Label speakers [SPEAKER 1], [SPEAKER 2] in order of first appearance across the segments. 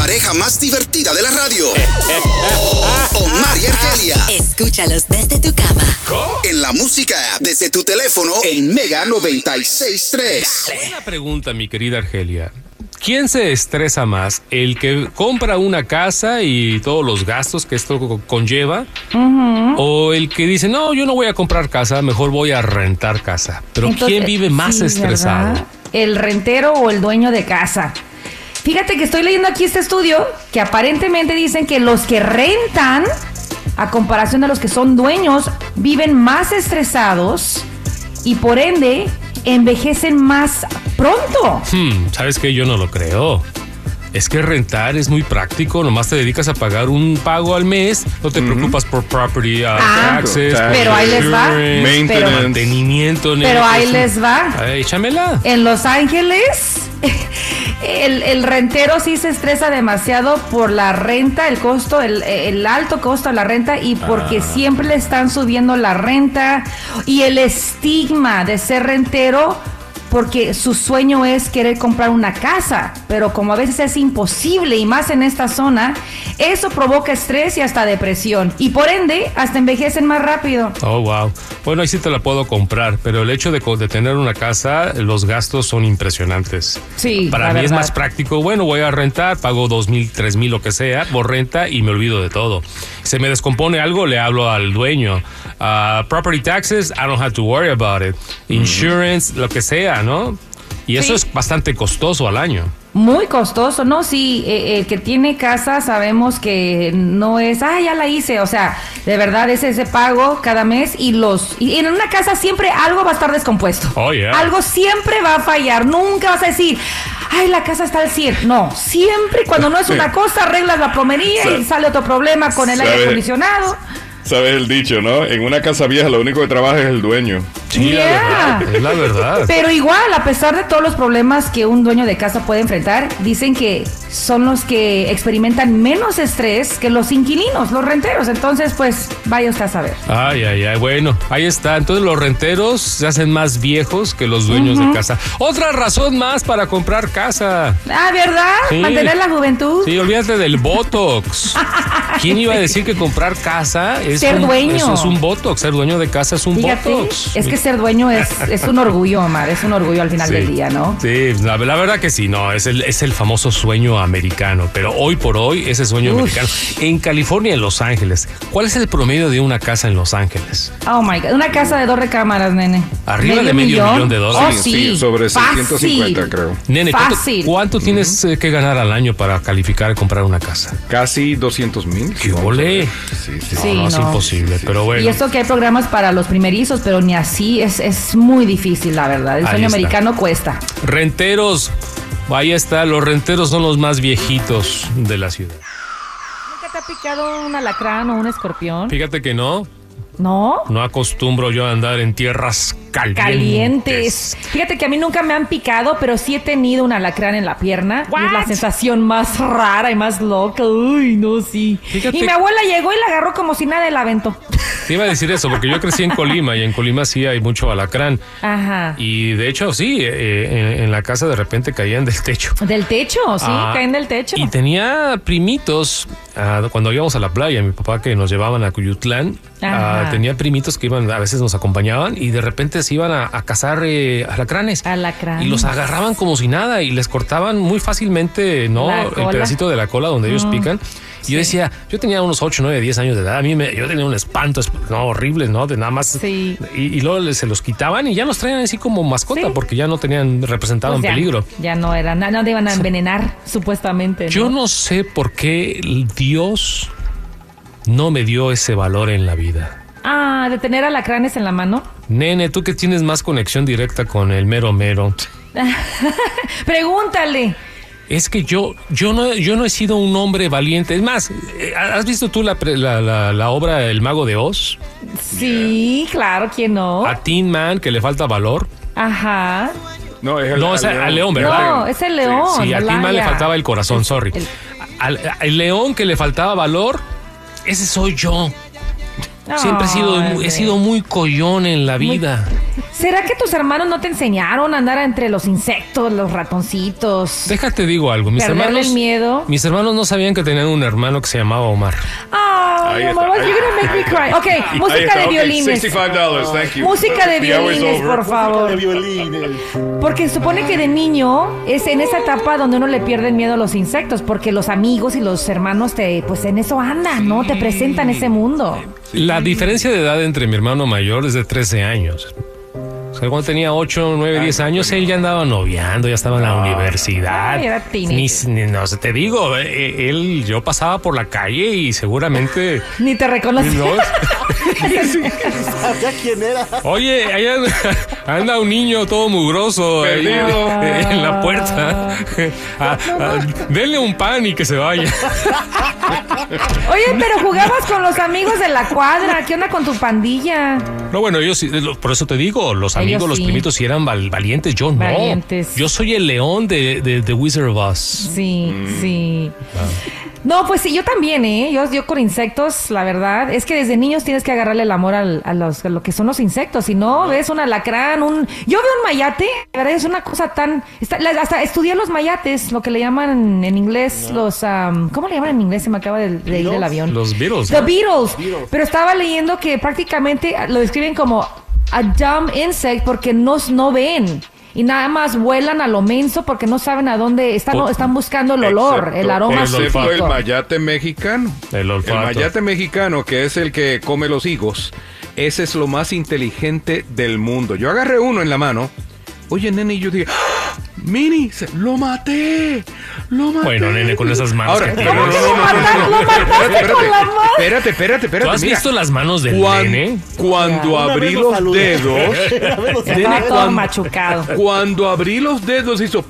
[SPEAKER 1] pareja más divertida de la radio. Omar y Argelia.
[SPEAKER 2] Escúchalos desde tu cama.
[SPEAKER 1] En la música app, desde tu teléfono en Mega 963.
[SPEAKER 3] Buena pregunta, mi querida Argelia. ¿Quién se estresa más? ¿El que compra una casa y todos los gastos que esto co- conlleva? ¿O el que dice, no, yo no voy a comprar casa, mejor voy a rentar casa? Pero ¿quién
[SPEAKER 4] Entonces,
[SPEAKER 3] vive más
[SPEAKER 4] sí,
[SPEAKER 3] estresado?
[SPEAKER 4] ¿verdad? ¿El rentero o el dueño de casa? Fíjate que estoy leyendo aquí este estudio que aparentemente dicen que los que rentan, a comparación de los que son dueños, viven más estresados y por ende envejecen más pronto.
[SPEAKER 3] Hmm, ¿Sabes qué? Yo no lo creo. Es que rentar es muy práctico, nomás te dedicas a pagar un pago al mes, no te preocupas por property, uh,
[SPEAKER 4] Ah,
[SPEAKER 3] taxes,
[SPEAKER 5] exacto.
[SPEAKER 3] por
[SPEAKER 4] Pero ahí les va.
[SPEAKER 3] insurance,
[SPEAKER 4] Pero,
[SPEAKER 3] mantenimiento.
[SPEAKER 4] pero
[SPEAKER 3] nene,
[SPEAKER 4] ahí
[SPEAKER 3] es-
[SPEAKER 4] les va.
[SPEAKER 3] Ay, Ah, Échamela.
[SPEAKER 4] En Los Ángeles, el, el rentero sí se estresa demasiado por la renta, el costo, el, el alto costo de la renta y porque
[SPEAKER 3] Ah.
[SPEAKER 4] siempre le están subiendo la renta y el estigma de ser rentero porque su sueño es querer comprar una casa, pero como a veces es imposible y más en esta zona, eso provoca estrés y hasta depresión y por ende hasta envejecen más rápido.
[SPEAKER 3] Oh, wow. Bueno, ahí sí te la puedo comprar, pero el hecho de, co- de tener una casa, los gastos son impresionantes.
[SPEAKER 4] Sí,
[SPEAKER 3] Para
[SPEAKER 4] la
[SPEAKER 3] mí es
[SPEAKER 4] verdad.
[SPEAKER 3] más práctico, bueno, voy a rentar, pago dos mil, tres mil, lo que sea, por renta y me olvido de todo. Se me descompone algo, le hablo al dueño. Ah, property taxes, I don't have to worry about it. Insurance, lo que sea, ¿no? Y eso es bastante costoso al año.
[SPEAKER 4] Muy costoso, ¿no? Sí, eh, el que tiene casa sabemos que no es, ah, ya la hice, o sea, de verdad es ese pago cada mes y los... Y en una casa siempre algo va a estar descompuesto.
[SPEAKER 3] Oh, yeah.
[SPEAKER 4] Algo siempre va a fallar, nunca vas a decir, ay, la casa está al 100. No, siempre cuando no es una cosa, arreglas la plomería y
[SPEAKER 5] Sa-
[SPEAKER 4] sale otro problema con el aire
[SPEAKER 5] sabe-
[SPEAKER 4] acondicionado.
[SPEAKER 5] Sabes el dicho, ¿no? En una casa vieja lo único que trabaja es el dueño.
[SPEAKER 3] la
[SPEAKER 4] Yeah.
[SPEAKER 3] verdad, es la verdad.
[SPEAKER 4] Pero igual, a pesar de todos los problemas que un dueño de casa puede enfrentar, dicen que son los que experimentan menos estrés que los inquilinos, los renteros. Entonces, pues, vaya usted a saber.
[SPEAKER 3] Ay, ay, ay. Bueno, ahí está. Entonces los renteros se hacen más viejos que los dueños de casa. Otra razón más para comprar casa.
[SPEAKER 4] Ah, ¿verdad?
[SPEAKER 3] Sí.
[SPEAKER 4] Mantener la juventud.
[SPEAKER 3] Sí, olvídate del Botox. ¿Quién iba a decir que comprar casa es
[SPEAKER 4] Ser
[SPEAKER 3] un,
[SPEAKER 4] dueño.
[SPEAKER 3] eso es un Botox? Ser dueño de casa es un
[SPEAKER 4] Fíjate,
[SPEAKER 3] Botox.
[SPEAKER 4] es que ser dueño es, es un orgullo, Omar, es un orgullo al final
[SPEAKER 3] Sí.
[SPEAKER 4] del día, ¿no?
[SPEAKER 3] Sí, la, la verdad que sí, no, es el, es el famoso sueño americano, pero hoy por hoy ese sueño
[SPEAKER 4] Uf.
[SPEAKER 3] americano. En California, en Los Ángeles, ¿cuál es el promedio de una casa en Los Ángeles?
[SPEAKER 4] Oh my God, una casa de dos recámaras, nene.
[SPEAKER 3] Arriba de medio millón de dólares.
[SPEAKER 4] Oh, sí.
[SPEAKER 5] sobre
[SPEAKER 4] Fácil.
[SPEAKER 5] 650, creo.
[SPEAKER 3] Nene, ¿cuánto,
[SPEAKER 4] Fácil.
[SPEAKER 3] cuánto tienes eh, que ganar al año para calificar y comprar una casa?
[SPEAKER 5] Casi 200 mil.
[SPEAKER 3] ¡Qué ole!
[SPEAKER 5] Sí, sí.
[SPEAKER 4] Sí,
[SPEAKER 3] no, es
[SPEAKER 4] no.
[SPEAKER 3] imposible, pero bueno.
[SPEAKER 4] Y esto que hay programas para los primerizos, pero ni así es, es muy difícil, la verdad. El
[SPEAKER 3] Ahí
[SPEAKER 4] sueño
[SPEAKER 3] está.
[SPEAKER 4] americano cuesta.
[SPEAKER 3] Renteros. Ahí está, los renteros son los más viejitos de la ciudad.
[SPEAKER 4] ¿Nunca te ha picado un alacrán o un escorpión?
[SPEAKER 3] Fíjate que no,
[SPEAKER 4] No.
[SPEAKER 3] no acostumbro yo a andar en tierras calientes.
[SPEAKER 4] Calientes. Fíjate que a mí nunca me han picado, pero sí he tenido un alacrán en la pierna. Y es la sensación más rara y más loca. Uy, no, sí.
[SPEAKER 3] Fíjate-
[SPEAKER 4] Y mi abuela llegó y la agarró como si nada del aventó.
[SPEAKER 3] Te iba a decir eso, porque yo crecí en Colima y en Colima sí hay mucho alacrán.
[SPEAKER 4] Ajá.
[SPEAKER 3] Y de hecho, sí, eh, en, en la casa de repente caían del techo.
[SPEAKER 4] Del techo, sí,
[SPEAKER 3] Ah,
[SPEAKER 4] caen del techo.
[SPEAKER 3] Y tenía primitos, ah, cuando íbamos a la playa, mi papá que nos llevaban a Cuyutlán, ah,
[SPEAKER 4] Ajá.
[SPEAKER 3] tenía primitos que iban, a veces nos acompañaban y de repente se iban a, a cazar eh, alacranes.
[SPEAKER 4] Alacranes.
[SPEAKER 3] Y los agarraban como si nada y les cortaban muy fácilmente, ¿no?
[SPEAKER 4] La
[SPEAKER 3] El
[SPEAKER 4] cola. Mm.
[SPEAKER 3] pedacito de la cola donde ellos pican. Y yo decía, yo tenía unos 8, 9, 10 años de edad. A mí me, yo tenía un espanto, es- no, horrible, ¿no? De nada más.
[SPEAKER 4] Sí.
[SPEAKER 3] Y, y luego les- se los quitaban y ya los traían así como mascota
[SPEAKER 4] Sí.
[SPEAKER 3] porque ya no tenían representado
[SPEAKER 4] O
[SPEAKER 3] en
[SPEAKER 4] sea,
[SPEAKER 3] peligro.
[SPEAKER 4] Ya no eran, no, no te iban a envenenar, supuestamente.
[SPEAKER 3] Yo no sé por qué el Dios no me dio ese valor en la vida.
[SPEAKER 4] Ah, de tener alacranes en la mano.
[SPEAKER 3] Nene, tú que tienes más conexión directa con el mero mero.
[SPEAKER 4] Pregúntale.
[SPEAKER 3] es que yo, yo, no, yo no he sido un hombre valiente. Es más, eh, ¿has visto tú la, pre- la- la- la obra El Mago de Oz?
[SPEAKER 4] Sí, claro que no.
[SPEAKER 3] A Tin Man, que le falta valor.
[SPEAKER 4] Ajá.
[SPEAKER 5] No, es
[SPEAKER 3] No,
[SPEAKER 5] al
[SPEAKER 3] es al león, ¿verdad?
[SPEAKER 4] No, es el león.
[SPEAKER 3] Sí, a
[SPEAKER 4] Oh, Olaya.
[SPEAKER 3] Tin Man le faltaba el corazón, sorry.
[SPEAKER 4] el-
[SPEAKER 3] Al, al león que le faltaba valor, ese soy yo. Siempre he sido,
[SPEAKER 4] Ay,
[SPEAKER 3] he
[SPEAKER 4] güey.
[SPEAKER 3] sido muy collón en la vida.
[SPEAKER 4] ¿Será que tus hermanos no te enseñaron a andar entre los insectos, los ratoncitos?
[SPEAKER 3] Déjate digo algo, mis
[SPEAKER 4] Perderle
[SPEAKER 3] hermanos.
[SPEAKER 4] el miedo.
[SPEAKER 3] Mis hermanos no sabían que tenían un hermano que se llamaba Omar.
[SPEAKER 4] Ay,
[SPEAKER 5] Ahí
[SPEAKER 4] mamá,
[SPEAKER 5] está, ahí
[SPEAKER 4] you're gonna make me cry. Ok, música de violines.
[SPEAKER 5] $65, thank you.
[SPEAKER 4] Música de
[SPEAKER 5] The hour is
[SPEAKER 4] violines,
[SPEAKER 5] over.
[SPEAKER 4] por favor. Porque supone que de niño es en esa etapa donde uno le pierde el miedo a los insectos, porque los amigos y los hermanos te, pues en eso andan, ¿no? Te presentan ese mundo.
[SPEAKER 3] La diferencia de edad entre mi hermano mayor es de 13 años. O sea, cuando tenía 8, 9, 10 años, él ya andaba noviando, ya estaba en la universidad.
[SPEAKER 4] Ay, era
[SPEAKER 3] Ni,
[SPEAKER 4] teenager.
[SPEAKER 3] ni- no sé, te digo, eh, él, yo pasaba por la calle y seguramente...
[SPEAKER 4] Ni te reconoces.
[SPEAKER 3] No. Oye, ahí anda, anda un niño todo mugroso ahí
[SPEAKER 5] Perdido.
[SPEAKER 3] en la puerta. Ah, ah, denle un pan y que se vaya.
[SPEAKER 4] Oye, pero jugabas con los amigos de la cuadra. ¿Qué onda con tu pandilla?
[SPEAKER 3] No, bueno, ellos sí, lo- por eso te digo, los
[SPEAKER 4] Ellos
[SPEAKER 3] amigos, los
[SPEAKER 4] sí.
[SPEAKER 3] primitos sí eran val- valientes, yo no.
[SPEAKER 4] Valientes.
[SPEAKER 3] Yo soy el león de, de, de Wizard of Oz.
[SPEAKER 4] Sí, sí. No, pues sí, yo también, ¿eh? Yo, yo con insectos, la verdad, es que desde niños tienes que agarrarle el amor al- a, los, a lo que son los insectos. Si no, ves un alacrán, un... Yo veo un mayate, la verdad es una cosa tan... está- la- hasta estudié los mayates, lo que le llaman en inglés los... am, ¿Cómo le llaman en inglés? Se me acaba de, de ir del avión.
[SPEAKER 3] Los Beatles.
[SPEAKER 4] The Beatles. Pero estaba leyendo que prácticamente lo describen como a dumb insect porque no, no ven. Y nada más vuelan a lo menso porque no saben a dónde están,
[SPEAKER 3] Por-
[SPEAKER 4] están buscando el olor,
[SPEAKER 5] Excepto-
[SPEAKER 4] el aroma.
[SPEAKER 5] Excepto
[SPEAKER 4] físico.
[SPEAKER 5] el mayate mexicano.
[SPEAKER 3] El olfato.
[SPEAKER 5] El mayate mexicano, que es el que come los higos, ese es lo más inteligente del mundo. Yo agarré uno en la mano. Oye, nene, y yo dije, "¡Ah! Mini, se- lo maté, lo maté.
[SPEAKER 3] Bueno, nene, con esas manos
[SPEAKER 5] Ahora,
[SPEAKER 3] que
[SPEAKER 5] no,
[SPEAKER 3] tiene.
[SPEAKER 5] no, no,
[SPEAKER 3] ¿Cómo que
[SPEAKER 5] no,
[SPEAKER 3] lo
[SPEAKER 5] no, no,
[SPEAKER 4] matas-
[SPEAKER 5] no,
[SPEAKER 4] lo
[SPEAKER 5] no,
[SPEAKER 4] mataste
[SPEAKER 5] espérate,
[SPEAKER 4] con la mano?
[SPEAKER 5] Espérate, espérate, espérate.
[SPEAKER 3] ¿Tú has
[SPEAKER 5] mira.
[SPEAKER 3] visto las manos del
[SPEAKER 5] Cuan-
[SPEAKER 3] nene?
[SPEAKER 5] Cuando abrí los dedos,
[SPEAKER 4] Estaba
[SPEAKER 5] nene,
[SPEAKER 4] todo
[SPEAKER 5] cuan-
[SPEAKER 4] machucado.
[SPEAKER 5] cuando abrí los dedos hizo...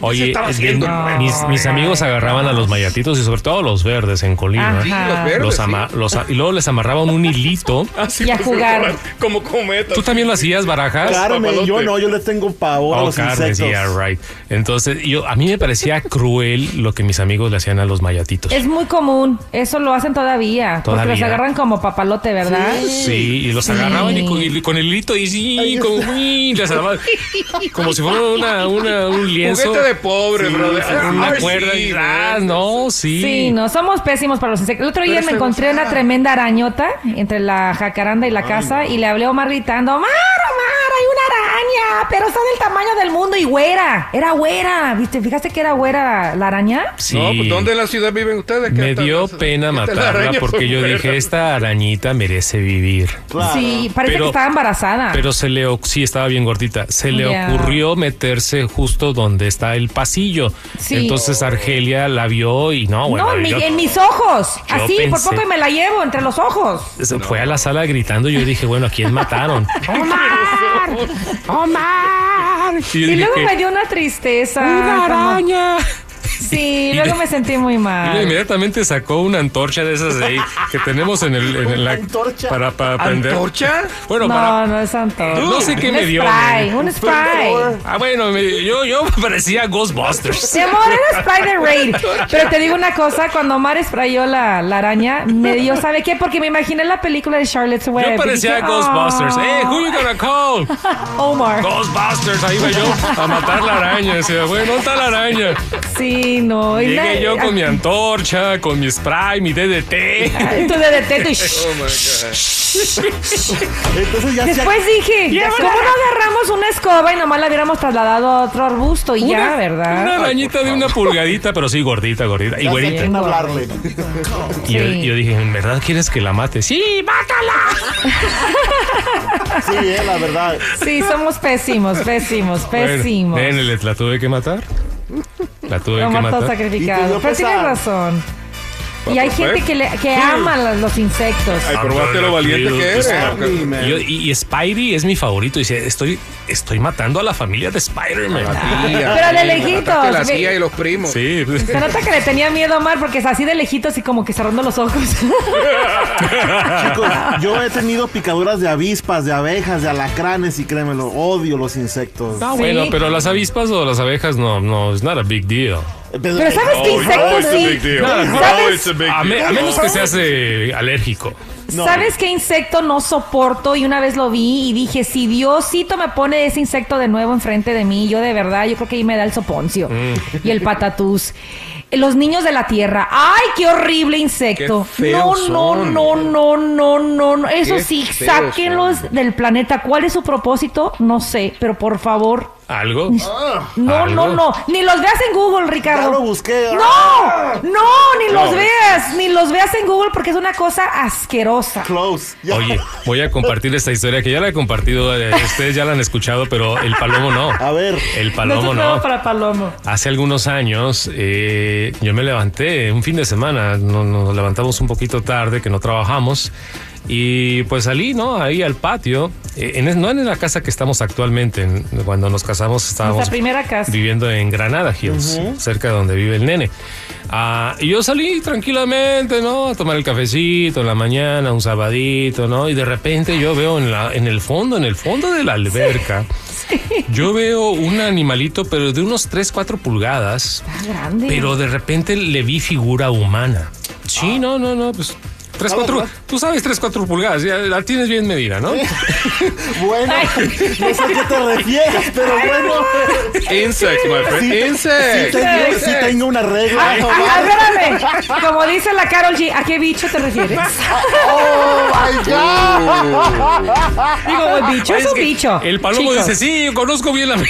[SPEAKER 3] Oye,
[SPEAKER 5] estaba
[SPEAKER 3] es bien-
[SPEAKER 5] haciendo,
[SPEAKER 4] hermano.
[SPEAKER 3] mis, mis amigos agarraban a los mayatitos y sobre todo a los verdes en Colima.
[SPEAKER 4] Ajá.
[SPEAKER 5] los verdes,
[SPEAKER 3] Los
[SPEAKER 5] sí.
[SPEAKER 3] ama- los a- y luego les amarraban un hilito.
[SPEAKER 5] Así
[SPEAKER 4] Y a
[SPEAKER 5] fue, fue
[SPEAKER 4] jugar.
[SPEAKER 5] Como como cometa.
[SPEAKER 3] ¿Tú también lo hacías, Barajas?
[SPEAKER 6] Carmen, yo
[SPEAKER 5] Papalote.
[SPEAKER 6] no, yo le tengo pavor a
[SPEAKER 3] Oh,
[SPEAKER 6] los
[SPEAKER 3] Carmen, sí,
[SPEAKER 6] insectos.
[SPEAKER 3] yeah, right. Entonces, yo, a mí me parecía cruel lo que mis amigos le hacían a los mayatitos.
[SPEAKER 4] Es muy común, eso lo hacen todavía, porque
[SPEAKER 3] Todavía.
[SPEAKER 4] los agarran como papalote, ¿verdad?
[SPEAKER 3] Sí, y los agarraban y con, y con el hito y sí, como, uy, les armaban- como si fuera una, una- un lienzo.
[SPEAKER 5] Juguete de pobre, brother.
[SPEAKER 3] Una
[SPEAKER 5] Ah,
[SPEAKER 3] cuerda
[SPEAKER 5] sí,
[SPEAKER 3] y ah,
[SPEAKER 5] man.
[SPEAKER 3] no, sí.
[SPEAKER 4] Sí, no, somos pésimos para los insectos. El otro día
[SPEAKER 5] Pero
[SPEAKER 4] me
[SPEAKER 5] se
[SPEAKER 4] encontré
[SPEAKER 5] gozaba.
[SPEAKER 4] una tremenda arañota entre la jacaranda y la casa y le hablé a Omar gritando, Omar, Omar, hay una araña, pero está del tamaño del mundo y güera. Era güera, ¿viste? ¿Fijaste que era güera la, la araña?
[SPEAKER 3] Sí.
[SPEAKER 5] No, pues ¿dónde en la ciudad viven ustedes? ¿Qué
[SPEAKER 3] Me
[SPEAKER 5] tal-
[SPEAKER 3] dio
[SPEAKER 5] qué
[SPEAKER 3] pena
[SPEAKER 5] tal
[SPEAKER 3] matarla
[SPEAKER 5] arañas
[SPEAKER 3] porque
[SPEAKER 5] son
[SPEAKER 3] yo dije,
[SPEAKER 5] verdes?
[SPEAKER 3] esta arañita merece vivir.
[SPEAKER 6] Claro.
[SPEAKER 4] Sí, parece
[SPEAKER 3] Pero-
[SPEAKER 4] que estaba embarazada.
[SPEAKER 3] Pero se le, oc- sí, estaba bien gordita. Se le
[SPEAKER 4] Ya.
[SPEAKER 3] ocurrió meterse justo donde está el pasillo.
[SPEAKER 4] Sí.
[SPEAKER 3] Entonces Argelia la vio y no, bueno.
[SPEAKER 4] no, en, mi-
[SPEAKER 3] yo-
[SPEAKER 4] en mis ojos.
[SPEAKER 3] yo
[SPEAKER 4] Así, por
[SPEAKER 3] pensé-
[SPEAKER 4] poco y me la llevo entre los ojos.
[SPEAKER 3] se fue a la sala gritando. Yo dije, bueno, ¿a quién mataron?
[SPEAKER 5] Ah,
[SPEAKER 3] "Este
[SPEAKER 4] ¡Omar! ¡Omar!
[SPEAKER 3] Y
[SPEAKER 4] Y,
[SPEAKER 3] yo dije
[SPEAKER 4] luego
[SPEAKER 3] que-
[SPEAKER 4] me dio una tristeza.
[SPEAKER 3] ¡Una
[SPEAKER 4] como-
[SPEAKER 3] araña!
[SPEAKER 4] Sí, luego me sentí muy
[SPEAKER 3] Y
[SPEAKER 4] mal.
[SPEAKER 3] luego inmediatamente sacó una antorcha de esas de ahí que tenemos en el en, la
[SPEAKER 6] ¿Antorcha?
[SPEAKER 3] para para prender.
[SPEAKER 5] ¿Antorcha?
[SPEAKER 3] Bueno,
[SPEAKER 4] No,
[SPEAKER 3] para
[SPEAKER 4] no es Antonio.
[SPEAKER 3] No sé qué
[SPEAKER 4] Un
[SPEAKER 3] me dio,
[SPEAKER 4] Spray,
[SPEAKER 3] nene.
[SPEAKER 4] un spray.
[SPEAKER 3] Ah, bueno, me- yo yo parecía Ghostbusters.
[SPEAKER 4] Mi amor, era spray de Raid. Pero te digo una cosa, cuando Omar sprayó la, la araña, me dio, ¿sabe qué? Porque me imaginé la película de Charlotte's Web.
[SPEAKER 3] Yo parecía
[SPEAKER 4] Y dije,
[SPEAKER 3] Ghostbusters.
[SPEAKER 4] "Oh,
[SPEAKER 3] Eh, who you gonna call?
[SPEAKER 4] Omar.
[SPEAKER 3] Ghostbusters, ahí va yo a matar la araña. Decía, bueno, ¿dónde está la araña?
[SPEAKER 4] Sí, no. y la-
[SPEAKER 3] Llegué yo con mi antorcha, con mi spray, mi DDT.
[SPEAKER 4] ah, Tú de detente, shh.
[SPEAKER 6] Entonces ya se
[SPEAKER 4] Después dije, ¿cómo no agarramos una escoba y nomás la hubiéramos trasladado a otro arbusto? Y ya,
[SPEAKER 3] Una
[SPEAKER 4] ¿verdad?
[SPEAKER 3] arañita de una pulgadita, pero sí gordita, gordita. Y
[SPEAKER 6] ya sé a
[SPEAKER 3] güerita.
[SPEAKER 6] quién hablarle.
[SPEAKER 3] Y yo,
[SPEAKER 4] Sí.
[SPEAKER 3] yo dije, ¿en verdad quieres que la mate? Sí, mátala.
[SPEAKER 6] Sí, eh, la verdad.
[SPEAKER 4] Sí, somos pésimos, pésimos, pésimos.
[SPEAKER 3] Bueno, nene, la tuve que matar. La tuve que
[SPEAKER 4] Omar todo
[SPEAKER 3] matar.
[SPEAKER 6] Y te
[SPEAKER 4] sacrificado.
[SPEAKER 6] dio
[SPEAKER 4] Pero tienes
[SPEAKER 6] pesar.
[SPEAKER 4] razón. Y hay gente que, le- que ama las- los insectos.
[SPEAKER 5] Ay, probaste lo valiente que
[SPEAKER 3] pues,
[SPEAKER 5] eres.
[SPEAKER 6] Ay, man.
[SPEAKER 3] Yo- y, y Spidey es mi favorito. Dice, estoy, estoy matando a la familia de Spider-Man.
[SPEAKER 4] Pero de lejitos,
[SPEAKER 5] lejitos. La
[SPEAKER 4] ve-
[SPEAKER 5] tía y los primos.
[SPEAKER 3] Sí.
[SPEAKER 4] Se nota que le tenía miedo a Omar porque es así de lejitos y como que cerrando los ojos.
[SPEAKER 6] Chicos, yo he tenido picaduras de avispas, de abejas, de alacranes y créemelo, odio los insectos.
[SPEAKER 3] Está
[SPEAKER 4] Sí.
[SPEAKER 3] bueno, pero las avispas o las abejas no, no, es not a big deal.
[SPEAKER 6] Eh,
[SPEAKER 4] Pero ¿sabes qué insectos sí? ¿Sabes,
[SPEAKER 3] A, me- a menos que seas eh, alérgico.
[SPEAKER 6] No.
[SPEAKER 4] ¿Sabes qué insecto no soporto? Y una vez lo vi y dije, si Diosito me pone ese insecto de nuevo enfrente de mí, yo de verdad, yo creo que ahí me da el soponcio
[SPEAKER 5] Mm.
[SPEAKER 4] y el patatús. Eh, Los niños de la tierra. ¡Ay, qué horrible insecto!
[SPEAKER 5] Qué
[SPEAKER 4] no,
[SPEAKER 5] feos
[SPEAKER 4] no,
[SPEAKER 5] son.
[SPEAKER 4] no, no, no, no, no. Eso
[SPEAKER 5] Qué
[SPEAKER 4] sí,
[SPEAKER 5] feos
[SPEAKER 4] sáquenlos
[SPEAKER 5] son.
[SPEAKER 4] del planeta. ¿Cuál es su propósito? No sé, pero por favor,
[SPEAKER 3] ¿Algo?
[SPEAKER 4] No,
[SPEAKER 3] Algo.
[SPEAKER 4] no, no. Ni los veas en Google, Ricardo.
[SPEAKER 6] Ya lo busqué.
[SPEAKER 4] No, no, ni los
[SPEAKER 5] No.
[SPEAKER 4] veas. Ni los veas en Google porque es una cosa asquerosa.
[SPEAKER 6] Close. Ya.
[SPEAKER 3] Oye, voy a compartir esta historia que ya la he compartido, eh, ustedes ya la han escuchado, pero el palomo no.
[SPEAKER 6] A ver.
[SPEAKER 3] El palomo
[SPEAKER 4] es
[SPEAKER 3] no.
[SPEAKER 4] nuevo para Palomo.
[SPEAKER 3] Hace algunos años eh, yo me levanté un fin de semana, no- nos, levantamos un poquito tarde que no trabajamos y pues salí, ¿no? Ahí al patio, eh, en es- no en la casa que estamos actualmente, en- cuando nos casamos estábamos
[SPEAKER 4] Nuestra primera casa.
[SPEAKER 3] viviendo en Granada Hills, cerca de donde vive el nene. Ah, y yo salí tranquilamente, ¿no? A tomar el cafecito en la mañana, un sabadito, ¿no? Y de repente yo veo en, la, en el fondo, en el fondo de la alberca, yo veo un animalito, pero de unos 3, 4 pulgadas,
[SPEAKER 4] Está grande.
[SPEAKER 3] pero de repente le vi figura humana. Sí, no, no, no, pues... 3, 4, tú sabes 3, 4 pulgadas, ya la tienes bien medida, ¿no?
[SPEAKER 6] Bueno, no sé a qué te refieres, pero bueno.
[SPEAKER 5] Insect, my friend.
[SPEAKER 6] Sí, sí,
[SPEAKER 5] Insect.
[SPEAKER 6] tengo, sí
[SPEAKER 5] Insect.
[SPEAKER 6] tengo una regla.
[SPEAKER 4] Ay,
[SPEAKER 6] no
[SPEAKER 4] ay,
[SPEAKER 6] mames.
[SPEAKER 4] Ah, espérame. Como dice la Carol G, ¿a qué bicho te refieres?
[SPEAKER 6] Oh my
[SPEAKER 5] Uh,
[SPEAKER 6] God.
[SPEAKER 4] Digo, el bicho es
[SPEAKER 3] Es
[SPEAKER 4] un
[SPEAKER 3] que
[SPEAKER 4] bicho.
[SPEAKER 3] El palomo
[SPEAKER 4] Chicos,
[SPEAKER 3] dice, sí, yo conozco bien la...
[SPEAKER 6] Es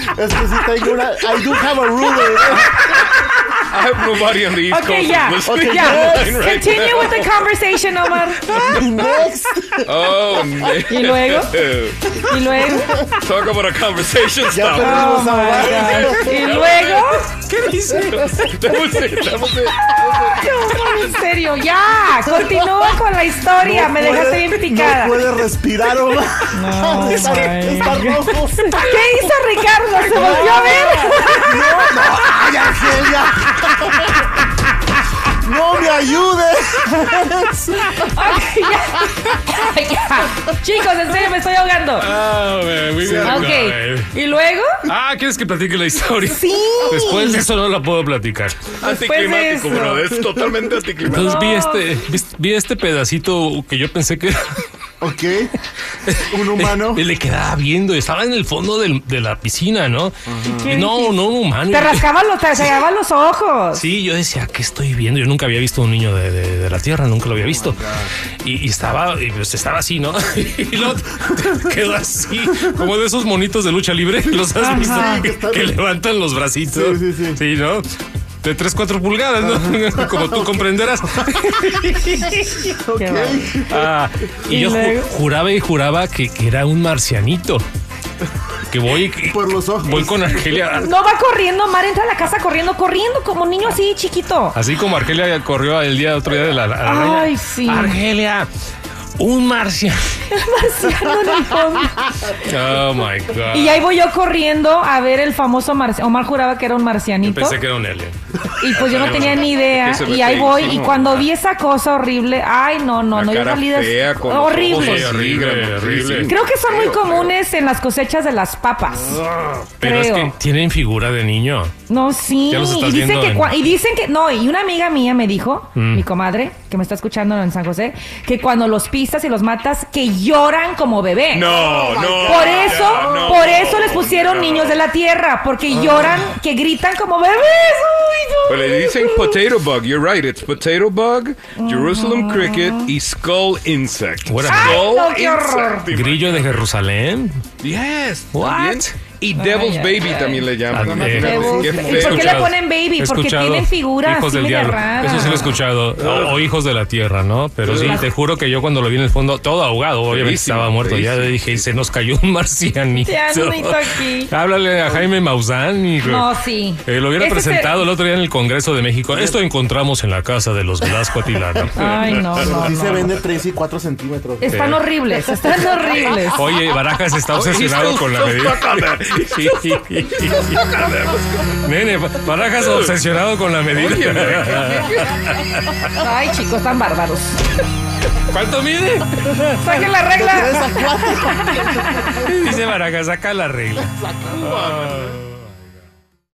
[SPEAKER 6] que sí tengo una. I do have a eh. ruler.
[SPEAKER 5] I have nobody on the East
[SPEAKER 4] Ok,
[SPEAKER 5] Coast.
[SPEAKER 4] ya.
[SPEAKER 5] listening
[SPEAKER 6] Ok,
[SPEAKER 5] to
[SPEAKER 4] Ya.
[SPEAKER 5] mine right
[SPEAKER 4] Continue
[SPEAKER 5] now.
[SPEAKER 4] with the conversation, Omar.
[SPEAKER 6] Next.
[SPEAKER 5] Oh, man.
[SPEAKER 4] ¿Y luego? Y luego.
[SPEAKER 5] Talk about a conversation stop.
[SPEAKER 6] Ya
[SPEAKER 4] Oh
[SPEAKER 6] perdimos
[SPEAKER 4] my
[SPEAKER 6] a Omar.
[SPEAKER 4] God. Y luego.
[SPEAKER 5] ¿Qué dice? That was it, that was it.
[SPEAKER 4] No, Omar, en serio, ya. Continúa con la historia.
[SPEAKER 6] No
[SPEAKER 4] Me dejaste
[SPEAKER 6] puede-
[SPEAKER 4] bien picada.
[SPEAKER 6] No puede respirar, Omar.
[SPEAKER 4] No,
[SPEAKER 6] está,
[SPEAKER 4] my
[SPEAKER 6] está rojo.
[SPEAKER 4] ¿Qué hizo Ricardo? Se volvió a ver.
[SPEAKER 6] No, no, ay, Argelia. No me ayudes.
[SPEAKER 4] Ok, ya. Ya. Chicos, en serio, me estoy ahogando.
[SPEAKER 3] Ah, man, we gotta go, man.
[SPEAKER 4] Ok. ¿Y luego?
[SPEAKER 3] Ah, ¿quieres que platique la historia?
[SPEAKER 4] Sí.
[SPEAKER 3] Después de eso no la puedo platicar.
[SPEAKER 5] Anticlimático,
[SPEAKER 4] eso.
[SPEAKER 5] bro. Es totalmente anticlimático.
[SPEAKER 3] Entonces vi este, vi- vi este pedacito que yo pensé que
[SPEAKER 6] Ok. Un humano.
[SPEAKER 3] le quedaba viendo. Estaba en el fondo del- de la piscina, ¿no?
[SPEAKER 4] ¿Qué
[SPEAKER 3] No,
[SPEAKER 4] dijiste?
[SPEAKER 3] no, un humano.
[SPEAKER 4] Te rascaban los, te rascaban los ojos.
[SPEAKER 3] Sí, yo decía, ¿qué estoy viendo? Yo nunca había visto un niño de, de- de la Tierra, nunca
[SPEAKER 6] Oh
[SPEAKER 3] lo había visto. y, y estaba, y, pues, estaba así, ¿no? y luego quedó así, como de esos monitos de lucha libre, ¿los has visto?
[SPEAKER 6] Sí,
[SPEAKER 3] Que,
[SPEAKER 6] que están-
[SPEAKER 3] levantan los bracitos.
[SPEAKER 6] Sí, sí, sí.
[SPEAKER 3] ¿no? De 3, 4 pulgadas, ¿no? como tú comprenderás.
[SPEAKER 4] Qué bárbaro.
[SPEAKER 3] Ah, y,
[SPEAKER 4] Y
[SPEAKER 3] yo ju-
[SPEAKER 4] luego-
[SPEAKER 3] juraba y juraba que, que era un marcianito. Que voy, que-
[SPEAKER 6] Por los ojos.
[SPEAKER 3] voy con Argelia.
[SPEAKER 4] No va corriendo, Omar entra a la casa corriendo, corriendo como niño así chiquito.
[SPEAKER 3] Así como Argelia corrió el día otro día de la, la araña.
[SPEAKER 4] Ay, sí.
[SPEAKER 3] Argelia, un marciano.
[SPEAKER 4] Marciano en el fondo.
[SPEAKER 3] Oh my God.
[SPEAKER 4] Y ahí voy yo corriendo a ver el famoso marciano. Omar juraba que era un marcianito.
[SPEAKER 3] Pensé que era un alien.
[SPEAKER 4] Y pues yo no tenía ni idea.
[SPEAKER 5] Eso me
[SPEAKER 4] Y ahí
[SPEAKER 5] te
[SPEAKER 4] voy.
[SPEAKER 5] hizo,
[SPEAKER 4] Y
[SPEAKER 5] ¿no?
[SPEAKER 4] cuando vi esa cosa horrible, ay, no, no,
[SPEAKER 5] La
[SPEAKER 4] no, yo
[SPEAKER 5] cara
[SPEAKER 4] salí de-
[SPEAKER 5] fea, con los
[SPEAKER 4] horrible.
[SPEAKER 5] ojos así,
[SPEAKER 3] Horrible,
[SPEAKER 5] grande,
[SPEAKER 3] horrible.
[SPEAKER 5] sí, sí.
[SPEAKER 4] Creo que son muy
[SPEAKER 5] Feo, feo.
[SPEAKER 4] comunes en las cosechas de las papas.
[SPEAKER 3] Pero es que
[SPEAKER 4] Creo.
[SPEAKER 3] tienen figura de niño.
[SPEAKER 4] No, sí.
[SPEAKER 3] Ya los estás
[SPEAKER 4] Y dicen,
[SPEAKER 3] viendo
[SPEAKER 4] que,
[SPEAKER 3] en- Mm.
[SPEAKER 4] cua- y dicen que. No, y una amiga mía me dijo, mi comadre, que me está escuchando en San José, que cuando los pistas y los matas, que lloran como bebé.
[SPEAKER 5] No, no.
[SPEAKER 4] Por eso,
[SPEAKER 5] ya, no,
[SPEAKER 4] por eso les pusieron
[SPEAKER 5] no. Ah.
[SPEAKER 4] niños de la tierra, porque lloran, que gritan como bebés. Uy, no.
[SPEAKER 5] Pues le dicen potato bug. You're right. It's potato bug,
[SPEAKER 4] Ah.
[SPEAKER 5] Jerusalem cricket y skull insect.
[SPEAKER 3] What a-
[SPEAKER 5] Skull
[SPEAKER 4] Ay, no, qué horror.
[SPEAKER 5] insect.
[SPEAKER 3] Grillo de Jerusalén.
[SPEAKER 5] Yes.
[SPEAKER 3] What?
[SPEAKER 5] también. Y Devil's
[SPEAKER 4] Ay, ay,
[SPEAKER 5] Baby
[SPEAKER 4] ay.
[SPEAKER 5] también le llaman.
[SPEAKER 3] Ah,
[SPEAKER 5] Imagínate,
[SPEAKER 4] Devil's
[SPEAKER 5] qué
[SPEAKER 4] Baby.
[SPEAKER 5] feo.
[SPEAKER 4] ¿Y por qué le ponen baby?
[SPEAKER 3] He
[SPEAKER 4] Porque
[SPEAKER 3] escuchado
[SPEAKER 4] tienen figura
[SPEAKER 3] Hijos
[SPEAKER 4] así
[SPEAKER 3] del
[SPEAKER 4] media
[SPEAKER 3] diablo.
[SPEAKER 4] rara.
[SPEAKER 3] Eso sí lo he escuchado. O, o hijos de la tierra, ¿no? Pero sí, te juro que yo cuando lo vi en el fondo, todo ahogado, obviamente
[SPEAKER 5] Feísimo,
[SPEAKER 3] estaba muerto. Ya
[SPEAKER 5] feísimo.
[SPEAKER 3] dije, se nos cayó un marcianito.
[SPEAKER 4] Marcianito aquí.
[SPEAKER 3] Háblale a Jaime Maussan. hijo.
[SPEAKER 4] No, sí.
[SPEAKER 3] Eh, lo hubiera
[SPEAKER 4] Ese es el-
[SPEAKER 3] presentado el otro día en el Congreso de México. Esto encontramos en la casa de los Velasco Atilano.
[SPEAKER 4] Ay, no, no,
[SPEAKER 6] Así se
[SPEAKER 4] no.
[SPEAKER 6] vende 3 y 4 centímetros.
[SPEAKER 4] Están horribles, están horribles.
[SPEAKER 3] Oye, Barajas está obsesionado con la medida. Sí. Nene, Barajas obsesionado con la medida.
[SPEAKER 4] Ay, chicos, tan bárbaros.
[SPEAKER 3] ¿Cuánto mide?
[SPEAKER 4] Saquen la regla.
[SPEAKER 3] Dice Barajas, saca la regla. Ah.